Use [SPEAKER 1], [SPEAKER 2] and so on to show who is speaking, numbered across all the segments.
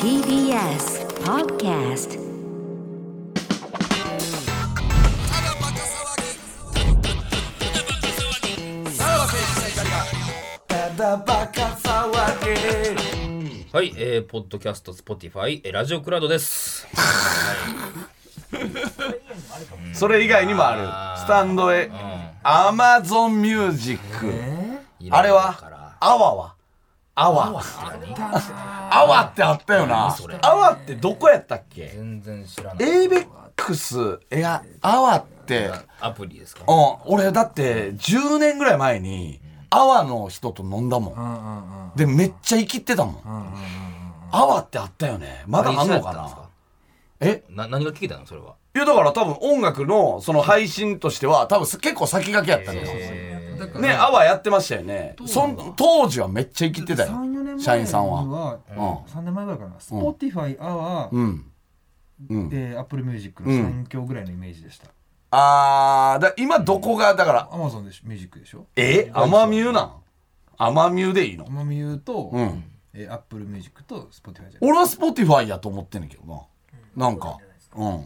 [SPEAKER 1] TBS Podcast
[SPEAKER 2] はい、えー、ポッドキャスト、スポティファイ、えーラジオクラウドです。
[SPEAKER 3] それ以外にもあるスタンドへ、アマゾンミュージック、あれはアワはアワアワってあったよなアワってどこやったっけ
[SPEAKER 2] 全然知らない。
[SPEAKER 3] エイベックスいやアワって、
[SPEAKER 2] アプリですか
[SPEAKER 3] うん、俺だって10年ぐらい前にアワの人と飲んだもん,、でめっちゃ生きってたもん、アワってあったよねまだあんのか
[SPEAKER 2] 何して
[SPEAKER 3] な
[SPEAKER 2] たん
[SPEAKER 3] え
[SPEAKER 2] な何が聞いたのそれは。
[SPEAKER 3] いやだから多分音楽のその配信としては多分結構先駆けやったんだよ、
[SPEAKER 4] だから
[SPEAKER 3] ね、アワーやってましたよね。そん当時はめっちゃ生きてたよ
[SPEAKER 4] 34年前。
[SPEAKER 3] 社員さんは。
[SPEAKER 4] は、
[SPEAKER 3] ん
[SPEAKER 4] 3年前ぐらいかな Spotify アワー
[SPEAKER 3] うん。
[SPEAKER 4] で Apple Music の3強ぐらいのイメージでした、
[SPEAKER 3] あー、だ今どこが、だから、
[SPEAKER 4] Amazon でしミュージックでしょ
[SPEAKER 3] えアマミューなんアマミューでいいの
[SPEAKER 4] アマミューと、
[SPEAKER 3] うん。
[SPEAKER 4] えー、Apple Music と Spotify じゃない
[SPEAKER 3] 俺は Spotify やと思ってんねんけどな。なんか。うん。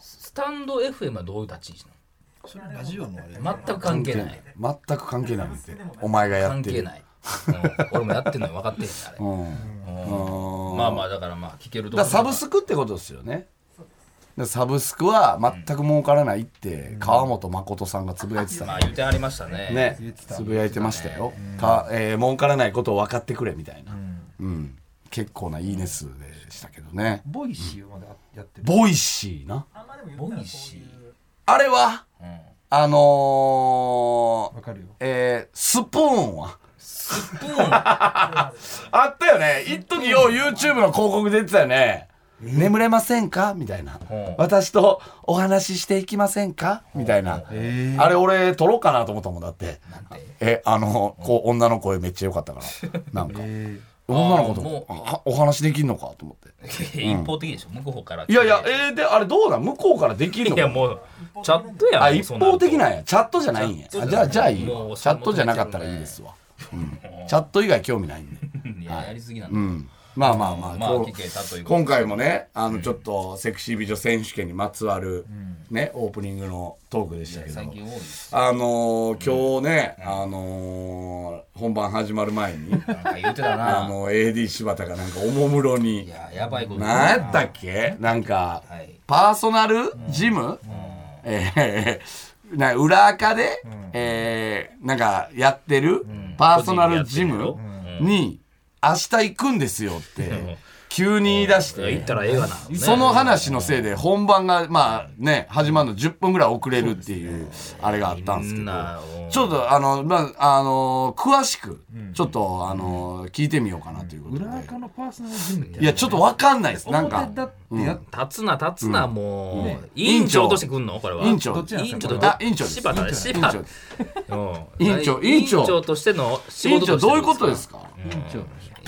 [SPEAKER 2] スタンド FM はどういう立ち位置
[SPEAKER 4] それラジオのあれ
[SPEAKER 2] なの全く関係ない。
[SPEAKER 3] 全く関係ないって。お前がやっ
[SPEAKER 2] 関
[SPEAKER 3] て
[SPEAKER 2] 係
[SPEAKER 3] る。
[SPEAKER 2] ない。うん俺もやってんのに分かってんねん あれ。うんまあまあ、だからまあ、聞けるとこ
[SPEAKER 3] だからサブスクってことですよね。だからサブスクは全く儲からないって、川本誠さんがつぶやいてた
[SPEAKER 2] ま
[SPEAKER 3] の
[SPEAKER 2] あ、言ってありましたね。
[SPEAKER 3] ね、つぶやいてましたよ。か、えー儲からないことを分かってくれみたいな。うん。結構ないいね数でしたけどね。
[SPEAKER 4] ボイシーをまだやってる、
[SPEAKER 3] ボイシーな。
[SPEAKER 2] ボイシ
[SPEAKER 3] あれは、
[SPEAKER 2] ー。うん。
[SPEAKER 3] あの
[SPEAKER 4] わ
[SPEAKER 3] ー、
[SPEAKER 4] かるよ
[SPEAKER 3] えー、スプーンは
[SPEAKER 2] スプー ン。
[SPEAKER 3] あったよね。一時よう YouTube の広告出てたよね。眠れませんかみたいな
[SPEAKER 2] うん。
[SPEAKER 3] 私とお話ししていきませんかみたいな。
[SPEAKER 4] え
[SPEAKER 3] あれ俺撮ろうかなと思ったもんだって。
[SPEAKER 2] なんて
[SPEAKER 3] え、あの、こう、女の声めっちゃ良かったから。なん か。
[SPEAKER 4] え
[SPEAKER 3] 女の子
[SPEAKER 2] あーも
[SPEAKER 3] とあお話できんのかと思って
[SPEAKER 2] 一方的でしょ向こうから。
[SPEAKER 3] いやいやえー、であれどうなん向こうからできるの
[SPEAKER 2] いや、もう、チャットやん
[SPEAKER 3] あ一方的なん
[SPEAKER 2] や。
[SPEAKER 3] やチャットじゃないんや
[SPEAKER 2] チャ
[SPEAKER 3] あ
[SPEAKER 2] ット
[SPEAKER 3] じゃ
[SPEAKER 2] じゃない
[SPEAKER 3] あじゃあいい
[SPEAKER 2] も
[SPEAKER 3] よ
[SPEAKER 2] う
[SPEAKER 3] チャットじゃなかったらいいですわ、うん、チャット以外興味ないんで、
[SPEAKER 2] いややりすぎな
[SPEAKER 3] う
[SPEAKER 2] の。
[SPEAKER 3] ん、まあまあまあ、
[SPEAKER 2] まあ
[SPEAKER 3] こう
[SPEAKER 2] 聞けたということで
[SPEAKER 3] 今回もねあのちょっとセクシー美女選手権にまつわる、ねオープニングのトークでしたけど
[SPEAKER 2] 最近多いです。
[SPEAKER 3] あのー、今日ね、あのー、本番始まる前に
[SPEAKER 2] なんか言ってた
[SPEAKER 3] あ
[SPEAKER 2] な。
[SPEAKER 3] の AD 柴田がなんかおもむろに
[SPEAKER 2] いや、やばいこと言うな。
[SPEAKER 3] 何やったっけなんか、
[SPEAKER 2] はい
[SPEAKER 3] パーソナルジム、えー な裏垢で、えーなんかやってるパーソナルジム
[SPEAKER 2] 個人でやってるよ
[SPEAKER 3] に明日行くんですよって急に言い出し、
[SPEAKER 2] いや言ってたらええがな。
[SPEAKER 3] その
[SPEAKER 2] ね
[SPEAKER 3] 話のせいで本番がまあね始まるの10分ぐらい遅れるっていうあれがあったんですけ
[SPEAKER 2] みん
[SPEAKER 3] ど
[SPEAKER 2] なうん
[SPEAKER 3] ちょっとあのまああの詳しくちょっとあの聞いてみようかなということで
[SPEAKER 4] 裏垢のパーソナルジムって
[SPEAKER 3] いやちょっとわかんないですなんか
[SPEAKER 4] 表だってやっ
[SPEAKER 2] 立つな立つな、もう、委
[SPEAKER 3] 委員
[SPEAKER 2] 員
[SPEAKER 3] 長
[SPEAKER 2] 長としてくんのこれは
[SPEAKER 3] 委員長
[SPEAKER 4] どっち
[SPEAKER 2] 委員長と
[SPEAKER 3] あ委員長です
[SPEAKER 2] 柴田です柴田うん
[SPEAKER 3] 委員長
[SPEAKER 2] 委
[SPEAKER 3] 委員
[SPEAKER 2] 員
[SPEAKER 3] 長
[SPEAKER 2] 長としての仕
[SPEAKER 3] 委員
[SPEAKER 2] 事
[SPEAKER 3] 長
[SPEAKER 2] として
[SPEAKER 3] どういうことですか
[SPEAKER 4] 委員長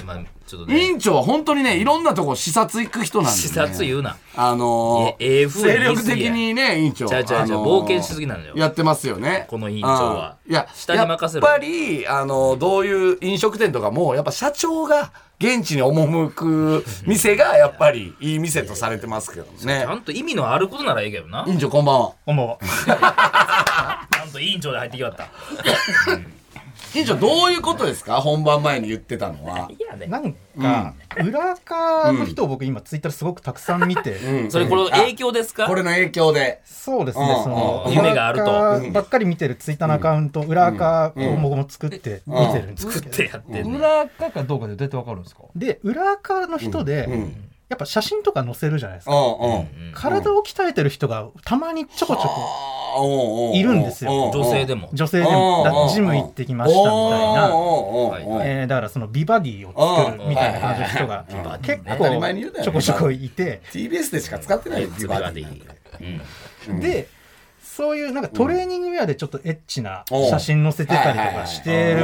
[SPEAKER 2] 今ちょっと
[SPEAKER 3] 委
[SPEAKER 2] ね
[SPEAKER 3] 員長は本当にねいろんなとこ視察行く人なんで、ね、
[SPEAKER 2] 視察言うな
[SPEAKER 3] あのー
[SPEAKER 2] えええ風
[SPEAKER 3] 精
[SPEAKER 2] に言
[SPEAKER 3] 力
[SPEAKER 2] い過ぎや
[SPEAKER 3] 的にね委員長
[SPEAKER 2] じゃあじゃあじゃあ
[SPEAKER 3] あのー
[SPEAKER 2] 冒険しすぎなのよ
[SPEAKER 3] やってますよね
[SPEAKER 2] この委員長は
[SPEAKER 3] うんいや
[SPEAKER 2] 下に任せろ
[SPEAKER 3] やっぱりあのーどういう飲食店とかもやっぱ社長が現地に赴く店がやっぱりいい店とされてますけど
[SPEAKER 2] ち
[SPEAKER 3] ね
[SPEAKER 2] ゃんと意味のあることならええけどな
[SPEAKER 3] 委員長こんばんは
[SPEAKER 2] こんば んはちゃんと委員長で入ってきまった
[SPEAKER 3] 委員長どういうことですか本番前に言ってたのはい
[SPEAKER 2] やね
[SPEAKER 5] なんか、裏側の人を僕今ツイッターですごくたくさん見て、
[SPEAKER 2] それこれ影響ですか
[SPEAKER 3] これの影響で
[SPEAKER 5] そうですね、
[SPEAKER 3] うん
[SPEAKER 5] その
[SPEAKER 2] うん夢があると
[SPEAKER 5] 裏側ばっかり見てるツイッターのアカウント、裏側を僕も作って見てるんです
[SPEAKER 2] 作
[SPEAKER 5] け
[SPEAKER 2] っ
[SPEAKER 5] ど、
[SPEAKER 2] てやってんね
[SPEAKER 4] 裏垢かどうかでどうやってわかるんですか
[SPEAKER 5] で裏側の人で、
[SPEAKER 3] ん
[SPEAKER 5] やっぱ写真とか載せるじゃないで
[SPEAKER 3] う
[SPEAKER 5] すか、
[SPEAKER 3] んうん
[SPEAKER 5] 体を鍛えてる人がたまにちょこちょこ
[SPEAKER 3] あーおうおうおう
[SPEAKER 5] いるんですよ
[SPEAKER 3] おうおう
[SPEAKER 2] 女性でも
[SPEAKER 5] 女性でもだジム行ってきましたみたいな。
[SPEAKER 3] な
[SPEAKER 5] えーだからその美バディを作るみたいな感じの人が
[SPEAKER 2] ん
[SPEAKER 5] 結
[SPEAKER 3] 当たり前に言うなよ
[SPEAKER 5] 構ちょこちょこいて
[SPEAKER 3] TBS でしか使ってないよ
[SPEAKER 2] つばがでいい
[SPEAKER 5] でそういうなんかトレーニングウェアでちょっとエッチな写真載せてたりとかしてる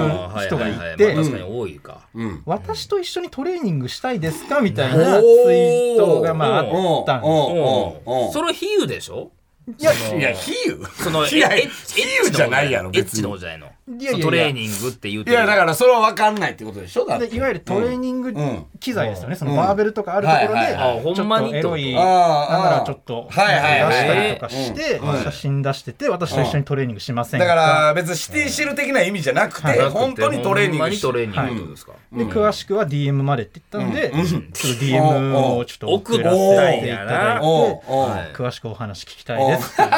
[SPEAKER 5] 人がい
[SPEAKER 2] まあ
[SPEAKER 5] て
[SPEAKER 2] 確かに多いか
[SPEAKER 3] うん
[SPEAKER 5] 私と一緒にトレーニングしたいですかみたいなツイートがまああったんですよ
[SPEAKER 3] おうおう
[SPEAKER 2] それ比喩でしょ
[SPEAKER 3] いやいや比喩
[SPEAKER 2] その
[SPEAKER 3] いや
[SPEAKER 2] エッ
[SPEAKER 3] 比
[SPEAKER 2] チエッ
[SPEAKER 3] 喩
[SPEAKER 2] チの
[SPEAKER 3] じゃないやろ
[SPEAKER 2] エッ
[SPEAKER 3] 別
[SPEAKER 2] チの方
[SPEAKER 3] に
[SPEAKER 2] じゃないの
[SPEAKER 5] い
[SPEAKER 2] そうトレーニングって言う
[SPEAKER 3] い
[SPEAKER 2] てる
[SPEAKER 3] やだからそれは分かんないってことでしょだって
[SPEAKER 5] でいわゆるトレーニング
[SPEAKER 3] ん
[SPEAKER 5] 機材ですよね、そのバーベルとかあるところで、
[SPEAKER 3] はいはい
[SPEAKER 2] はいあほんまに
[SPEAKER 5] ちょっとエロい
[SPEAKER 2] って
[SPEAKER 5] な
[SPEAKER 3] こと
[SPEAKER 5] んならちょっと出
[SPEAKER 3] はいはいはい
[SPEAKER 5] したりとかして、写真出してて私と一緒にトレーニングしません
[SPEAKER 3] だから別にシティシル的な意味じゃなくて、
[SPEAKER 2] なくて
[SPEAKER 3] 本当にトレーニン
[SPEAKER 2] ほんま
[SPEAKER 3] グ
[SPEAKER 2] に
[SPEAKER 3] し
[SPEAKER 2] トレーニングってことですか、
[SPEAKER 5] で詳しくは DM までって言ったんで、ちょっと
[SPEAKER 3] うん
[SPEAKER 5] DM をちょっと送らせていただいて
[SPEAKER 3] おうおう
[SPEAKER 5] 詳しくお話聞きたいですっていう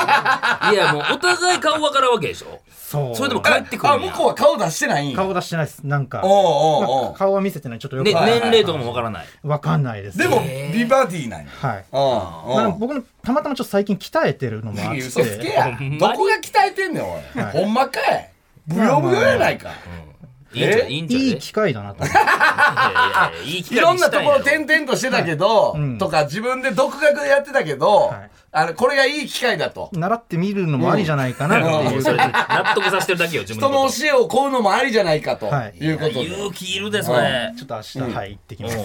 [SPEAKER 2] いやもうお互い顔わからんわけでしょ
[SPEAKER 5] そう
[SPEAKER 2] それでも帰ってくる
[SPEAKER 3] あ
[SPEAKER 2] ん
[SPEAKER 3] 向
[SPEAKER 2] や
[SPEAKER 3] こうは顔出してないんや
[SPEAKER 5] 顔出してないですなんか
[SPEAKER 3] おうおうおう
[SPEAKER 5] なんか顔は見せてないちょっとよく
[SPEAKER 2] ね、
[SPEAKER 5] わかんない
[SPEAKER 2] 年齢とかもわからない
[SPEAKER 5] わかんないです
[SPEAKER 3] でも
[SPEAKER 2] えー
[SPEAKER 3] 美バディなんや
[SPEAKER 5] はいまあ
[SPEAKER 3] う
[SPEAKER 5] で
[SPEAKER 3] ん
[SPEAKER 5] も僕もたまたまちょっと最近鍛えてるのもあっ
[SPEAKER 3] うん
[SPEAKER 5] て
[SPEAKER 3] 嘘つけやどこが鍛えてんねんおいほんまかいブヨブヨやないか
[SPEAKER 2] いいんちゃういいんちゃう
[SPEAKER 5] い
[SPEAKER 2] い
[SPEAKER 5] い機会だなと思って
[SPEAKER 2] やいやいやいい機
[SPEAKER 3] い
[SPEAKER 2] 会
[SPEAKER 3] ろん
[SPEAKER 2] に
[SPEAKER 3] な
[SPEAKER 2] し
[SPEAKER 3] と
[SPEAKER 2] た
[SPEAKER 3] ころ
[SPEAKER 2] やろ
[SPEAKER 3] 転々としてたけど
[SPEAKER 5] うん
[SPEAKER 3] とか自分で独学でやってたけど
[SPEAKER 5] はい
[SPEAKER 3] あのこれがいい機会だと
[SPEAKER 5] 習ってみるのもありじゃないかなって
[SPEAKER 2] も
[SPEAKER 5] いうう
[SPEAKER 2] それ納得させてるだけよ自
[SPEAKER 3] 人
[SPEAKER 2] 分
[SPEAKER 3] の
[SPEAKER 2] の
[SPEAKER 3] 教えを請うのもありじゃないかと
[SPEAKER 5] はい
[SPEAKER 3] いうこと
[SPEAKER 2] い
[SPEAKER 3] で
[SPEAKER 2] や勇気いるでそれ
[SPEAKER 5] ちょっと明日、はい、行ってきます。
[SPEAKER 2] うん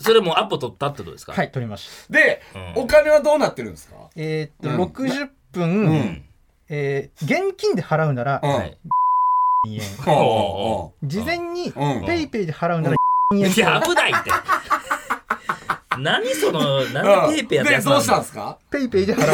[SPEAKER 2] それもうアポ取ったってことですか
[SPEAKER 5] はい、取りました。
[SPEAKER 3] でお金はどうなってるんですか
[SPEAKER 5] えーっと、60分、
[SPEAKER 3] ん
[SPEAKER 5] えー現金で払うなら、
[SPEAKER 3] うん
[SPEAKER 2] はい
[SPEAKER 5] 1000円。
[SPEAKER 3] うんうん
[SPEAKER 5] 事前に、
[SPEAKER 3] うん
[SPEAKER 5] ペイペイで払うなら、1000円
[SPEAKER 2] いや危ないって何その何でペーペーやった
[SPEAKER 3] で
[SPEAKER 2] やつ
[SPEAKER 3] どうしたん
[SPEAKER 2] ん
[SPEAKER 3] ですか
[SPEAKER 5] ペイペイで払う。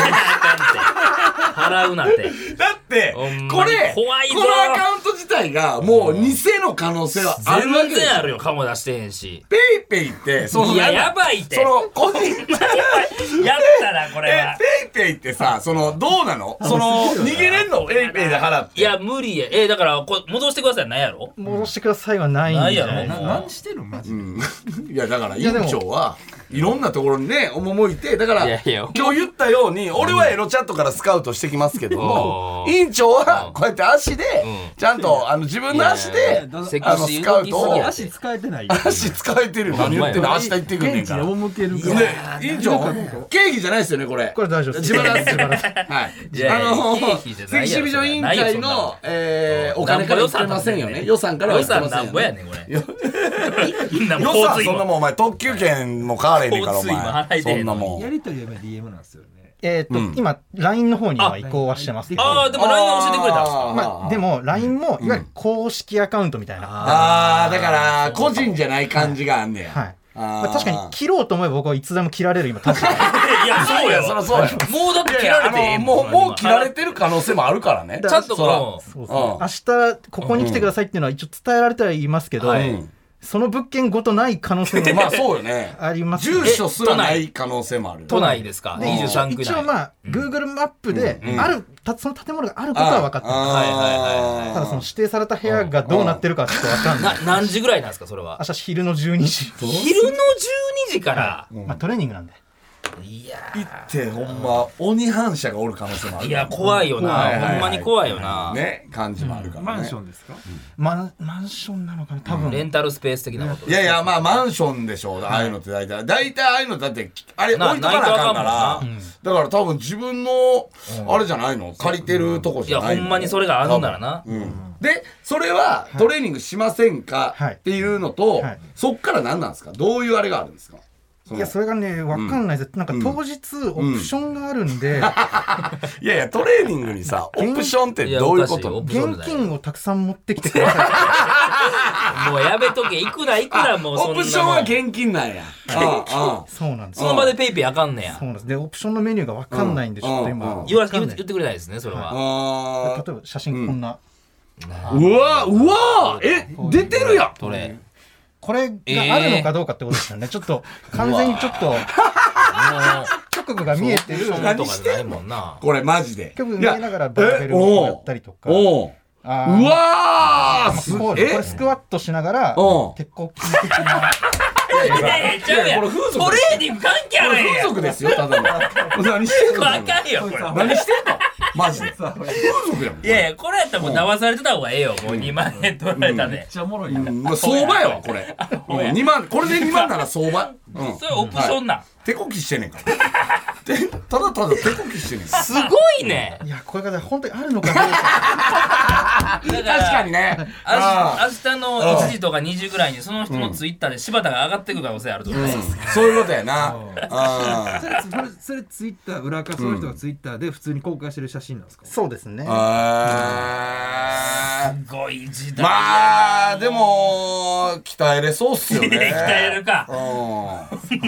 [SPEAKER 2] 払うなって
[SPEAKER 3] だって
[SPEAKER 2] ほんまに
[SPEAKER 3] これこの
[SPEAKER 2] 怖いぞ
[SPEAKER 3] アカウント自体がもう偽の可能性はあるわ
[SPEAKER 2] 全
[SPEAKER 3] けです
[SPEAKER 2] 然
[SPEAKER 3] よ
[SPEAKER 2] あるよ顔出してへんし
[SPEAKER 3] ペイペイって、その
[SPEAKER 2] いややばいって
[SPEAKER 3] その、個人、
[SPEAKER 2] やったなこれ
[SPEAKER 3] え
[SPEAKER 2] は、
[SPEAKER 3] ペイペイってさ、その、どうなのその、逃げれんのペイペイで払って。
[SPEAKER 2] いや無理やえだからこ戻してくださいなんやろ
[SPEAKER 5] 戻してくださいはないんじゃない
[SPEAKER 2] ないやろ
[SPEAKER 5] で
[SPEAKER 4] な何してるのマジで、
[SPEAKER 3] いや、だから、委
[SPEAKER 5] やで
[SPEAKER 3] 員
[SPEAKER 5] も
[SPEAKER 3] 長はいろんなところにね、赴いて、だから、
[SPEAKER 2] いやいや
[SPEAKER 3] 今日言ったように、俺はエロチャットからスカウトしてきますけども、
[SPEAKER 2] うん
[SPEAKER 3] 委員長は、こうやって足で、
[SPEAKER 2] う
[SPEAKER 3] ちゃんと、あの、自分の足
[SPEAKER 2] いやいや
[SPEAKER 3] で
[SPEAKER 4] いや、
[SPEAKER 2] セク
[SPEAKER 3] あの、
[SPEAKER 2] シ
[SPEAKER 3] ス
[SPEAKER 2] ー
[SPEAKER 3] カ
[SPEAKER 2] 動
[SPEAKER 3] ウ
[SPEAKER 2] き
[SPEAKER 3] ト
[SPEAKER 2] すぎ
[SPEAKER 3] を
[SPEAKER 2] や、
[SPEAKER 4] 足使えてない
[SPEAKER 3] 足使えてるよ。何言ってんの足使
[SPEAKER 4] 使
[SPEAKER 3] っていくんねん
[SPEAKER 4] 現地
[SPEAKER 3] か
[SPEAKER 4] で
[SPEAKER 3] ら。
[SPEAKER 4] 赴けるか
[SPEAKER 3] ね
[SPEAKER 4] ら、
[SPEAKER 3] 委員長、経費じゃないですよね、これ。
[SPEAKER 5] これ大丈夫です
[SPEAKER 3] 自 腹です。
[SPEAKER 5] 自腹です
[SPEAKER 3] はい
[SPEAKER 2] いやいや
[SPEAKER 3] あの
[SPEAKER 2] 経費じゃないやろ
[SPEAKER 3] セクシビジョン委員会
[SPEAKER 2] ないよそんな
[SPEAKER 3] の
[SPEAKER 2] の、
[SPEAKER 3] えーお金から言ってませんよね。予算からは
[SPEAKER 2] 予
[SPEAKER 3] 言って
[SPEAKER 2] 算
[SPEAKER 3] ま
[SPEAKER 2] な
[SPEAKER 3] せ
[SPEAKER 2] ん
[SPEAKER 3] ん
[SPEAKER 2] ぼ
[SPEAKER 3] よ
[SPEAKER 2] や
[SPEAKER 3] ね。
[SPEAKER 2] ねんこれみんなも
[SPEAKER 3] 予
[SPEAKER 2] う
[SPEAKER 3] 算
[SPEAKER 2] 交通
[SPEAKER 3] そんなも
[SPEAKER 2] 費
[SPEAKER 3] んお前特急券も買われへんねんからお
[SPEAKER 2] 交通費も払
[SPEAKER 3] 前
[SPEAKER 2] えてへ
[SPEAKER 3] そん
[SPEAKER 2] ん
[SPEAKER 3] な
[SPEAKER 2] のに
[SPEAKER 3] も
[SPEAKER 4] や
[SPEAKER 3] ん
[SPEAKER 4] りとりは今 DM なんですよね
[SPEAKER 5] えーっと、今、LINE の方には移行はしてます。
[SPEAKER 2] ああでも LINE 教えてくれたんですか
[SPEAKER 5] まあ、でも、LINE も、いわゆる公式アカウントみたいな。
[SPEAKER 3] あーだから個人じゃない感じがあんねや
[SPEAKER 5] はい。
[SPEAKER 3] あ
[SPEAKER 5] まあ
[SPEAKER 3] ー
[SPEAKER 5] 確かに、切ろうと思えば僕はいつでも切られる、今、確かに。
[SPEAKER 2] いやそう
[SPEAKER 3] いや
[SPEAKER 2] や
[SPEAKER 3] そりゃそうや
[SPEAKER 2] もうだって
[SPEAKER 3] い
[SPEAKER 2] 切
[SPEAKER 3] や
[SPEAKER 2] られてええ
[SPEAKER 3] あのも
[SPEAKER 2] ん
[SPEAKER 3] うもう切られてる可能性もあるからね
[SPEAKER 2] ちゃんとこの
[SPEAKER 5] そうですね明日ここに来てくださいっていうのは一応伝えられてはいますけど、
[SPEAKER 2] はい
[SPEAKER 5] その物件ごとない可能性も
[SPEAKER 3] まあそうよね
[SPEAKER 5] ありますね
[SPEAKER 3] 住所すらない可能性もある
[SPEAKER 2] 都内ですか
[SPEAKER 5] で
[SPEAKER 2] 23区内
[SPEAKER 5] 一応まあ、Google マップである、たその建物があることは分かってます
[SPEAKER 2] はいはいはい
[SPEAKER 5] ただその指定された部屋がどうなってるかはちょっと分かんない
[SPEAKER 2] な何時ぐらいなんですかそれは
[SPEAKER 5] 明日昼の12時、
[SPEAKER 2] 昼の12時から
[SPEAKER 5] まあ、トレーニングなんで
[SPEAKER 2] いや
[SPEAKER 3] 行ってほんま鬼反射がおる可能性もある
[SPEAKER 2] いや怖いよ
[SPEAKER 3] はいはい
[SPEAKER 2] な
[SPEAKER 3] はい
[SPEAKER 2] ほんまに怖いよな
[SPEAKER 3] ね感じもあるから
[SPEAKER 4] マン
[SPEAKER 3] ね
[SPEAKER 4] ションですか、
[SPEAKER 5] マンマンションなのかな多分、
[SPEAKER 2] レンタルスペース的なこと
[SPEAKER 3] いやいや、まあ、マンションでしょう。ああいうのって大体。大体、ああいうのだって、あれ、
[SPEAKER 2] な
[SPEAKER 3] 置いとかなあかんか
[SPEAKER 2] ないとあ
[SPEAKER 3] ら
[SPEAKER 2] かんも。
[SPEAKER 3] だから多分自分の、あれじゃないの借りてるとこ
[SPEAKER 2] い
[SPEAKER 3] じゃ
[SPEAKER 2] や
[SPEAKER 3] な
[SPEAKER 2] ほ
[SPEAKER 3] いの
[SPEAKER 2] んまにそれがあるんなら。な
[SPEAKER 3] 多分うんで、それはトレーニングしませんか
[SPEAKER 5] はい
[SPEAKER 3] っていうのと
[SPEAKER 5] はい、
[SPEAKER 3] そっから何なんですかどういうあれがあるんですか
[SPEAKER 5] いやそれがね分かんないです、なんか当日オプションがあるんで、
[SPEAKER 3] いやいや、トレーニングにさ、オプションってどういうこ
[SPEAKER 2] いやお
[SPEAKER 3] と
[SPEAKER 2] かしいよ
[SPEAKER 5] 現金をたくさん持ってきてください
[SPEAKER 2] もうやめとけいくらいくらもうそんな
[SPEAKER 3] オ
[SPEAKER 2] もん
[SPEAKER 3] プションは現金なんや。ああ
[SPEAKER 5] そうなんです
[SPEAKER 2] その場でペイペイあかんねや
[SPEAKER 5] そうなんです。で、オプションのメニューが分かんないんで、
[SPEAKER 3] うん
[SPEAKER 5] ちょっと
[SPEAKER 3] うん
[SPEAKER 5] 今。
[SPEAKER 2] 言わ言
[SPEAKER 5] わ
[SPEAKER 2] って言ってくれないですねそれは
[SPEAKER 3] あ
[SPEAKER 5] 例えば写真こんな。
[SPEAKER 3] あうわうわえ、出てるやん
[SPEAKER 2] それ
[SPEAKER 5] これがあるのかどうかってことですよね。ちょっと、完全にちょっと、局部が見えてる。
[SPEAKER 2] もうとかじゃないもんな
[SPEAKER 3] これマジで。
[SPEAKER 5] 局部
[SPEAKER 3] い
[SPEAKER 5] 見
[SPEAKER 3] や
[SPEAKER 5] えながらバーベルをやったりとか。
[SPEAKER 3] おう
[SPEAKER 5] あー
[SPEAKER 3] うわーす
[SPEAKER 5] こう
[SPEAKER 3] え
[SPEAKER 5] ねこれスクワットしながら
[SPEAKER 3] うん、
[SPEAKER 5] 鉄鋼筋的な。
[SPEAKER 2] いやいやちゃうやん
[SPEAKER 3] これ風俗
[SPEAKER 2] トレーニング関係あ
[SPEAKER 3] これ
[SPEAKER 2] らへん
[SPEAKER 3] 風
[SPEAKER 2] やん
[SPEAKER 3] 俗ですよ、ただの。何してんの
[SPEAKER 2] わかんよこれ
[SPEAKER 3] 何してんのマジで。風俗やん。
[SPEAKER 2] いやいやこれやったらもう騙されてた方がええよもう2万円取られたで
[SPEAKER 4] めっちゃおもろいな、
[SPEAKER 3] うんまあ相場やわ、これ。うん二万、これで2万なら相場。うん
[SPEAKER 2] それオプションな
[SPEAKER 3] 手こきしてんねんから。てただただ手こきしてんねんから。
[SPEAKER 2] すごいね
[SPEAKER 5] いや、これが本当にあるのかどうか。
[SPEAKER 3] 確
[SPEAKER 2] 確
[SPEAKER 3] かにね。
[SPEAKER 2] 明
[SPEAKER 3] あ
[SPEAKER 2] 日明日の1時とか2時ぐらいにその人のツイッターで柴田が上がってくる可能性あると思う、
[SPEAKER 3] ーうんそういうことやな。あ
[SPEAKER 4] それそれそれツイッター裏かその人がツイッターで普通に公開してる写真なんですか、
[SPEAKER 5] そうですね。
[SPEAKER 3] ーあね。
[SPEAKER 2] すごい時代や
[SPEAKER 3] ま あ、でも、鍛えれそうっすよね。
[SPEAKER 2] 鍛えるか
[SPEAKER 3] うん。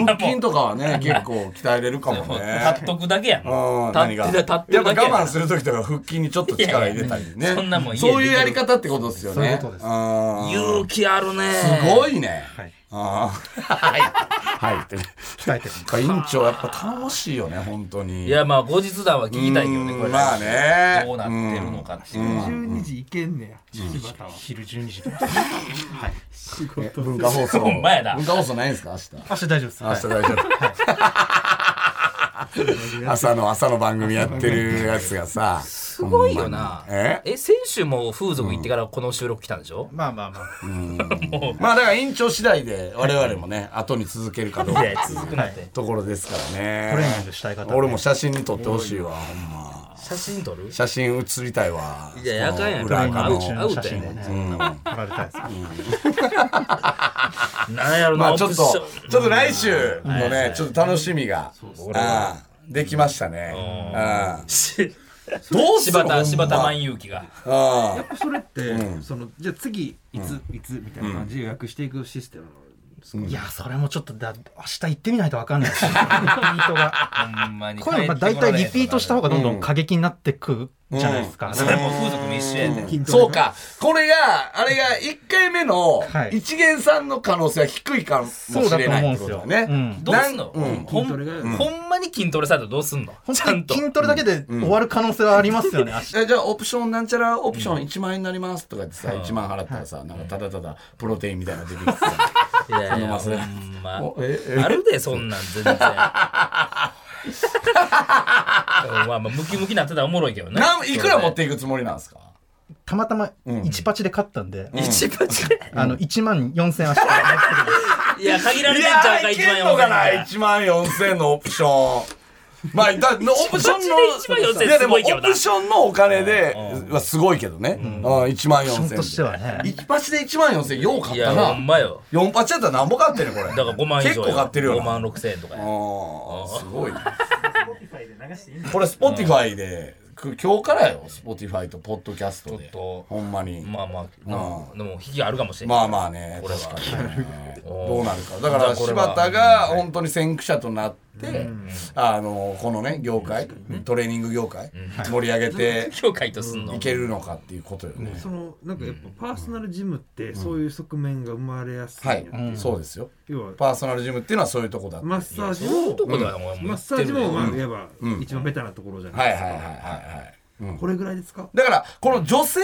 [SPEAKER 3] 腹筋とかはね、結構鍛えれるかもね。
[SPEAKER 2] 立っとくだけや
[SPEAKER 3] うん
[SPEAKER 2] もん立っ
[SPEAKER 3] 何
[SPEAKER 2] て
[SPEAKER 3] が
[SPEAKER 2] た立ってるだけ
[SPEAKER 3] や
[SPEAKER 2] や
[SPEAKER 3] っ
[SPEAKER 2] も
[SPEAKER 3] ぱ
[SPEAKER 2] ん
[SPEAKER 3] 我慢する時とか腹筋にちょっと力入れたり
[SPEAKER 2] いやいや
[SPEAKER 3] ね
[SPEAKER 2] そんなもん家で
[SPEAKER 3] そういうやり方ってことですよね
[SPEAKER 5] そういうことです
[SPEAKER 3] うん
[SPEAKER 2] 勇気あるね
[SPEAKER 3] すごいね
[SPEAKER 5] はい
[SPEAKER 3] あーはいはいってね
[SPEAKER 5] 鍛えてるんです
[SPEAKER 3] 委員長やっぱ頼もしいよね本当に
[SPEAKER 2] いやまあ後日談は聞きたいけどねこ
[SPEAKER 3] う
[SPEAKER 2] れ
[SPEAKER 3] んまあね
[SPEAKER 2] どうなってるのかっていううん
[SPEAKER 4] 12時行けんねや柴田は
[SPEAKER 5] 昼12時です
[SPEAKER 4] 仕
[SPEAKER 3] え
[SPEAKER 4] 事
[SPEAKER 3] 文化放送
[SPEAKER 2] ほんまやな
[SPEAKER 3] 文化放送ないんですか明日
[SPEAKER 5] 明日大丈夫です
[SPEAKER 3] 明
[SPEAKER 5] はい
[SPEAKER 3] 日大丈夫朝の朝の番組やってるやつがさす
[SPEAKER 2] すごいよな
[SPEAKER 3] え
[SPEAKER 2] え先週も風俗行ってからこの収録来たんでしょ
[SPEAKER 5] まあまあまあ
[SPEAKER 3] まあだから委員長次第で我々もね後に続けるかどうか
[SPEAKER 2] いや続くなんて
[SPEAKER 3] ところですからね
[SPEAKER 5] トレーニングしたい方はね
[SPEAKER 3] 俺も写真に撮ってほしいわほんま
[SPEAKER 2] 写真撮る
[SPEAKER 3] 写真写りたいわ
[SPEAKER 2] いややかんや
[SPEAKER 3] そ
[SPEAKER 2] ん
[SPEAKER 3] の裏
[SPEAKER 5] トレーニング
[SPEAKER 3] 垢
[SPEAKER 5] 中
[SPEAKER 3] の
[SPEAKER 5] の写真を
[SPEAKER 2] ア
[SPEAKER 5] ね
[SPEAKER 2] ウト
[SPEAKER 3] うん
[SPEAKER 5] 撮られたいです
[SPEAKER 2] なんやろ
[SPEAKER 3] ま
[SPEAKER 2] な
[SPEAKER 3] あちょっと
[SPEAKER 2] オプション
[SPEAKER 3] ちょっと来週のねちょっと楽しみがああできましたねああどうする
[SPEAKER 2] 柴
[SPEAKER 3] ほんま
[SPEAKER 2] 田柴田万有輝が
[SPEAKER 3] ああ
[SPEAKER 4] それって、そのじゃあ次いつ、いつみたいな感じで予約していくシステムなの
[SPEAKER 5] いやそれもちょっとだ明日行ってみないと分かんないですリピートが
[SPEAKER 2] ほんまに
[SPEAKER 5] こういうのまあ大体リピートした方がどんどん過激になってくじゃないですか、
[SPEAKER 2] それも風俗の一緒やね
[SPEAKER 4] 筋トレ
[SPEAKER 3] そうかこれがあれが1回目の
[SPEAKER 5] はい
[SPEAKER 3] 一元さんの可能性は低いかもし
[SPEAKER 5] そうだ
[SPEAKER 3] れ
[SPEAKER 5] と
[SPEAKER 3] ない
[SPEAKER 5] 思うん
[SPEAKER 3] っ
[SPEAKER 5] で
[SPEAKER 3] て
[SPEAKER 5] す
[SPEAKER 3] こと
[SPEAKER 5] よ
[SPEAKER 3] だね
[SPEAKER 5] うん
[SPEAKER 2] どうすんの
[SPEAKER 3] うん
[SPEAKER 2] ほん
[SPEAKER 4] 筋トレが
[SPEAKER 2] うんほんまに筋トレされたらどうすんのちゃ
[SPEAKER 5] 本
[SPEAKER 2] ん
[SPEAKER 5] 当
[SPEAKER 2] と
[SPEAKER 5] に筋トレだけで終わる可能性はありますよね、明日
[SPEAKER 3] えじゃあオプションなんちゃらオプション1万円になりますとかってさ、1万払ったらさ、なんかただただプロテインみたいなの出てきてさ
[SPEAKER 2] いやい
[SPEAKER 3] 頼ま
[SPEAKER 2] や
[SPEAKER 3] せ
[SPEAKER 2] ほ
[SPEAKER 3] ない
[SPEAKER 2] んま
[SPEAKER 3] おええ
[SPEAKER 2] あるでそんなん全然 うんまあまあムキムキなってたらおもろいけどね
[SPEAKER 3] なんいくら持っていくつもりなんですか
[SPEAKER 5] たまたま1パチで勝ったんで、
[SPEAKER 2] 一番近い
[SPEAKER 5] あの1万4000明日
[SPEAKER 2] いや限られ
[SPEAKER 3] い
[SPEAKER 2] てんちゃうか
[SPEAKER 3] ーい
[SPEAKER 2] 一
[SPEAKER 3] けん
[SPEAKER 2] 番
[SPEAKER 3] のかな
[SPEAKER 2] 4
[SPEAKER 3] 1万4000のオプションま あだオプション
[SPEAKER 2] 一番
[SPEAKER 3] の
[SPEAKER 2] 4000
[SPEAKER 3] いやでも
[SPEAKER 2] すごいけ
[SPEAKER 3] オ
[SPEAKER 2] どな
[SPEAKER 3] プションのお金ではすごいけどね、うん1万
[SPEAKER 5] オプションとして
[SPEAKER 3] 4000
[SPEAKER 5] はね
[SPEAKER 3] 一発で1万4000よう買
[SPEAKER 2] い
[SPEAKER 3] った
[SPEAKER 2] やほん
[SPEAKER 3] な
[SPEAKER 2] まよ
[SPEAKER 3] 4発やったら何ぼ買ってるこれ
[SPEAKER 2] だから5万以上
[SPEAKER 3] 結構買ってるよな
[SPEAKER 2] 5万6千円とかや
[SPEAKER 3] ああ、すごい。 これ、Spotify で、く今日からよ、Spotify と Podcast で
[SPEAKER 2] ち。ょっと
[SPEAKER 3] ほんまに。
[SPEAKER 2] まあまあまあでも引きあるかもしれん
[SPEAKER 3] まあまあね、
[SPEAKER 2] これは
[SPEAKER 3] 確かにね
[SPEAKER 2] おー
[SPEAKER 3] どうなるか。だから、
[SPEAKER 2] じゃあこれ
[SPEAKER 3] 柴
[SPEAKER 2] は
[SPEAKER 3] 田が本当に先駆者となって、あの、このね、業界、トレーニング業界、盛り上げて
[SPEAKER 2] 今日回答すんの
[SPEAKER 3] いけるのかっていうことよね。
[SPEAKER 4] そのなんかやっぱパーソナルジムってそういう側面が生まれやすいん
[SPEAKER 3] は
[SPEAKER 4] やっ
[SPEAKER 3] い
[SPEAKER 4] て、、
[SPEAKER 3] そうですよ。
[SPEAKER 4] 要は
[SPEAKER 3] パーソナルジムっていうのはそういうとこだって。
[SPEAKER 4] マッサージも
[SPEAKER 2] どこだよお前もう
[SPEAKER 4] マ
[SPEAKER 2] 言
[SPEAKER 4] ッ
[SPEAKER 2] って
[SPEAKER 4] サ
[SPEAKER 2] るね
[SPEAKER 4] ージもまあいわば一番ベタなところじゃな
[SPEAKER 3] はいい
[SPEAKER 4] で
[SPEAKER 3] は
[SPEAKER 4] す
[SPEAKER 3] い
[SPEAKER 4] か、
[SPEAKER 3] はいはいはい。
[SPEAKER 4] これぐらいですか
[SPEAKER 3] だからこの女性、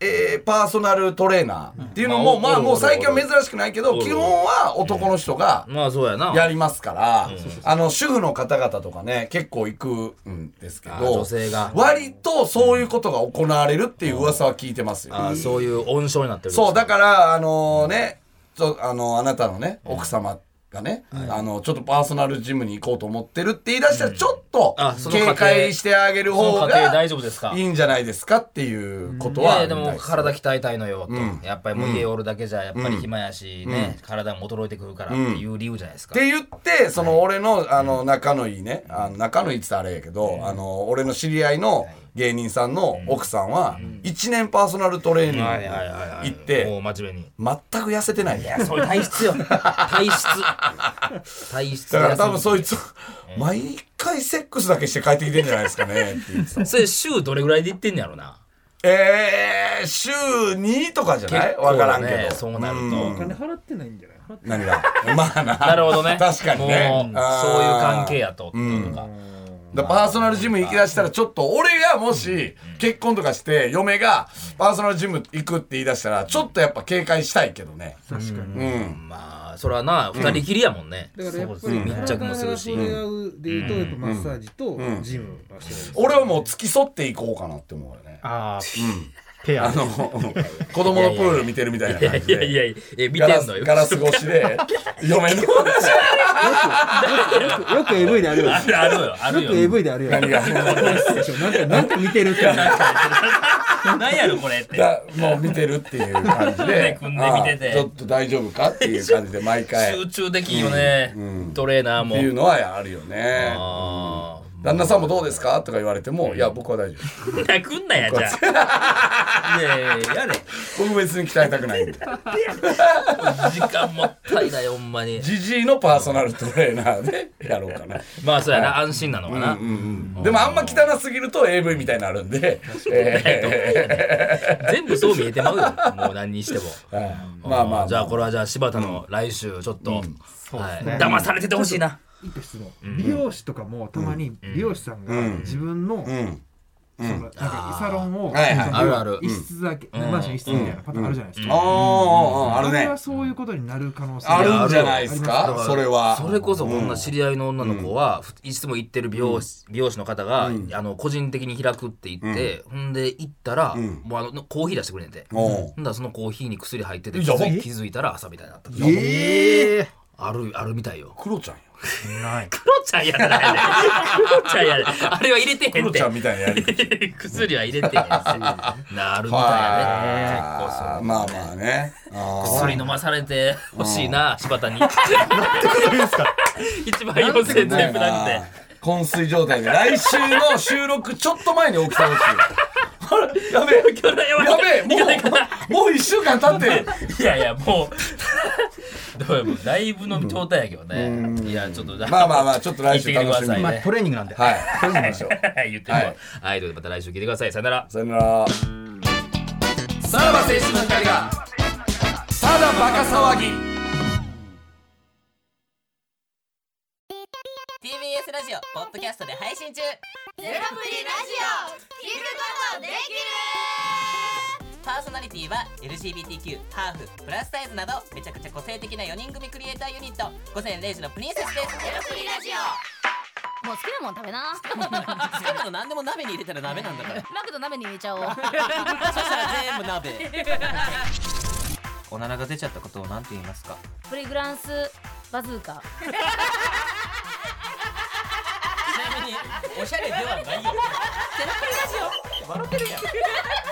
[SPEAKER 3] えーパーソナルトレーナーっていうのも、
[SPEAKER 2] うん
[SPEAKER 3] まあ
[SPEAKER 2] まあ
[SPEAKER 3] もう最近は
[SPEAKER 2] おる
[SPEAKER 3] 珍
[SPEAKER 2] おる
[SPEAKER 3] しくないけど
[SPEAKER 2] おる
[SPEAKER 3] 基本は男の人が
[SPEAKER 2] まあそうやな
[SPEAKER 3] やりますから、あの主婦の方々とかね結構行くんですけ
[SPEAKER 2] あ
[SPEAKER 3] ど
[SPEAKER 2] 女性が
[SPEAKER 3] 割とそういうことが行われるっていう噂は聞いてますよ。
[SPEAKER 2] あそういう温床になってる
[SPEAKER 3] そうだからあのね、ちょあのあなたのね奥様がね、あのちょっとパーソナルジムに行こうと思ってるって言い出したらちょっと
[SPEAKER 2] あその過程
[SPEAKER 3] 警戒してあげる
[SPEAKER 2] その
[SPEAKER 3] 方
[SPEAKER 2] 家庭
[SPEAKER 3] が
[SPEAKER 2] 大丈夫ですか
[SPEAKER 3] いいんじゃないですかっていうこと
[SPEAKER 2] いやい
[SPEAKER 3] は
[SPEAKER 2] やでも体鍛えたいのよと、
[SPEAKER 3] ん
[SPEAKER 2] やっぱりもう家おるだけじゃやっぱり暇やしね、体も衰えてくるからっていう理由じゃないです
[SPEAKER 3] っ
[SPEAKER 2] か、
[SPEAKER 3] て言ってその俺のあの仲のいいねあの仲のいいって言ったらあれやけどあの俺の知り合いの芸人さんの奥さんは1年パーソナルトレーニング
[SPEAKER 2] はいはいはいはい
[SPEAKER 3] 行っ
[SPEAKER 2] も
[SPEAKER 3] て
[SPEAKER 2] う真面目に
[SPEAKER 3] 全く痩せてないね
[SPEAKER 2] そういう体質 よ体質体質
[SPEAKER 3] だから多分
[SPEAKER 2] そ
[SPEAKER 3] そいつ毎回セックスだけして帰ってきてんじゃないですかねって言ってた
[SPEAKER 2] れ週どれぐらいで行ってんのやろな
[SPEAKER 3] えー週2とかじゃない
[SPEAKER 2] 結構
[SPEAKER 3] 分
[SPEAKER 2] ね
[SPEAKER 3] からんけど
[SPEAKER 2] そうなると
[SPEAKER 4] お金払ってないんじゃない払って
[SPEAKER 3] 何が まあな
[SPEAKER 2] なるほどね
[SPEAKER 3] 確かにね
[SPEAKER 2] もうそういう関係
[SPEAKER 3] や
[SPEAKER 2] やとっていうのが、
[SPEAKER 3] だからパーソナルジム行きだしたらちょっと俺がもし結婚とかして嫁がパーソナルジム行くって言い出したらちょっとやっぱ警戒したいけどね
[SPEAKER 4] 確かに、
[SPEAKER 3] うん
[SPEAKER 2] まあそれはな二人きりやもんね、
[SPEAKER 4] だからやっぱり
[SPEAKER 2] 密着もするし
[SPEAKER 4] 体が触れ合うでいうとやっぱマッサージとジムはしてるんです
[SPEAKER 3] 俺はもう付き添っていこうかなって思うよね
[SPEAKER 5] ああ、ペア
[SPEAKER 3] あの子供のプール見てるみたいない
[SPEAKER 2] や
[SPEAKER 3] 感
[SPEAKER 2] い
[SPEAKER 3] じ
[SPEAKER 2] やいや
[SPEAKER 3] で
[SPEAKER 2] いやえ見
[SPEAKER 3] ガ
[SPEAKER 2] て
[SPEAKER 3] ラ
[SPEAKER 2] んの
[SPEAKER 3] ス
[SPEAKER 2] よ
[SPEAKER 3] ガラス越し で嫁の
[SPEAKER 4] よよく AV であるよね
[SPEAKER 2] あるあるよある
[SPEAKER 4] よく
[SPEAKER 2] よ
[SPEAKER 4] AV であるよね
[SPEAKER 3] 何が
[SPEAKER 4] なんかなんか見てるって
[SPEAKER 2] 何やろこれって
[SPEAKER 3] がもう見てるっていう感じで
[SPEAKER 2] 組んで見てて
[SPEAKER 3] ああちょっと大丈夫かっていう感じで毎回っ
[SPEAKER 2] 集中できんよね、トレーナーも
[SPEAKER 3] ていうのはあるよね
[SPEAKER 2] あー
[SPEAKER 3] 旦那さんもどうですかとか言われても、いや、僕は大丈夫。
[SPEAKER 2] 泣くんなやじゃあいやいやいややれ
[SPEAKER 3] 僕別に鍛えたくないんで。
[SPEAKER 2] 時間もったいないほんまに
[SPEAKER 3] ジジイのパーソナルトレーナーでやろうかな。
[SPEAKER 2] まあそうやな安心なのかな、
[SPEAKER 3] でもあんま汚すぎると AV みたいになるん で、
[SPEAKER 2] 全部そう見えてまうよもう何にしても
[SPEAKER 3] はいまあまあ、
[SPEAKER 2] じゃあこれはじゃあ柴田の来週ちょっと、はい騙されててほしいな
[SPEAKER 4] 一個質問美容師とかもたまに美容師さんが
[SPEAKER 3] うん
[SPEAKER 4] 自分の、
[SPEAKER 3] うん。
[SPEAKER 4] そのなんかサロンを、
[SPEAKER 3] はいはい
[SPEAKER 4] その
[SPEAKER 2] あるある
[SPEAKER 4] 一室だけ、マンション一室みたいなパターンあるじゃないです
[SPEAKER 3] あ
[SPEAKER 4] か、
[SPEAKER 3] あ、ある
[SPEAKER 4] あれ
[SPEAKER 3] ね
[SPEAKER 4] は。そういうことになる可能性
[SPEAKER 3] あるんじゃないです
[SPEAKER 2] だか
[SPEAKER 3] か、
[SPEAKER 2] ら
[SPEAKER 3] それは。
[SPEAKER 2] それこそこんな知り合いの女の子は、ふいつも行ってる美容師,、美容師の方が、あの個人的に開くって言って、ほんで行ったら、もうあのコーヒー出してくれんねんて、
[SPEAKER 3] おう
[SPEAKER 2] ほんだらそのコーヒーに薬入ってて
[SPEAKER 3] い
[SPEAKER 2] 気
[SPEAKER 3] やば
[SPEAKER 2] づ気づいたら朝みたいになったとか
[SPEAKER 3] ええ。
[SPEAKER 2] あるあるみたいよ
[SPEAKER 3] クロちゃんよ。
[SPEAKER 2] クロちゃんやなあれクロちゃんやなあれは入れて
[SPEAKER 3] ク
[SPEAKER 2] へん
[SPEAKER 3] ロ
[SPEAKER 2] って
[SPEAKER 3] ちゃんみたいなやり口。
[SPEAKER 2] 薬は入れてへんしなあるみたいやね結構
[SPEAKER 3] は
[SPEAKER 2] そ
[SPEAKER 3] いうまあまあね。あー
[SPEAKER 2] 薬飲まされてほしいな、柴田に。 一番四千全部
[SPEAKER 3] ない
[SPEAKER 2] な
[SPEAKER 3] なん
[SPEAKER 2] て。
[SPEAKER 3] 昏睡状態で来週の収録ちょっと前に起きてほしいあれやべえ
[SPEAKER 2] 今日のやばい
[SPEAKER 3] やべえも
[SPEAKER 2] いかないかな
[SPEAKER 3] うもう1週間経 ってる
[SPEAKER 2] いやいや、もう、 どうやもうだいぶの状態やけどね。いや、ちょっと、
[SPEAKER 3] まあまあまあちょっと来週
[SPEAKER 2] 聞いて
[SPEAKER 3] 楽
[SPEAKER 2] くだ
[SPEAKER 3] しみ
[SPEAKER 2] さい
[SPEAKER 3] に
[SPEAKER 5] まあ
[SPEAKER 2] ね。
[SPEAKER 5] トレーニングなんで。
[SPEAKER 3] はいそうしましょう
[SPEAKER 2] 言っても
[SPEAKER 3] はい
[SPEAKER 2] はい、ということでまた来週聞いてください。さよなら。
[SPEAKER 3] さよならさらば青春の光がただバカ騒ぎ
[SPEAKER 6] TBS ラジオポッドキャストで配信中ゼロプリラジオ聞くことできるパーソナリティは LGBTQ ハーフプラスサイズなどめちゃくちゃ個性的な4人組クリエイターユニット午前0時のプリンセスですゼロプリラジオ
[SPEAKER 7] もう好きなもん食べな。
[SPEAKER 6] 好きなの何でも鍋に入れたら鍋なんだから
[SPEAKER 7] マクド鍋に入れちゃおう。
[SPEAKER 6] そしたら全部鍋おならが出ちゃったことを何て言いますか
[SPEAKER 7] プリグランスバズーカ。
[SPEAKER 6] ちなみにおしゃれではないよゼロプリラジオ笑ってるやん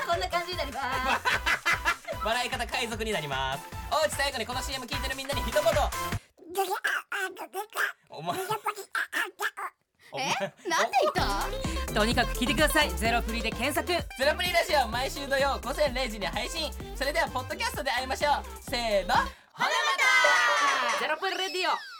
[SPEAKER 7] こんな感じになります。
[SPEAKER 6] 笑い方海賊になりますおうち最後にこの CM 聞いてるみんなに一言お前
[SPEAKER 7] え、なんで言った？
[SPEAKER 8] とにかく聞いてくださいゼロプリで検索
[SPEAKER 6] ゼロプリラジオ毎週土曜午前0時に配信それではポッドキャストで会いましょうせーのほなまた
[SPEAKER 8] ゼロプリレディオ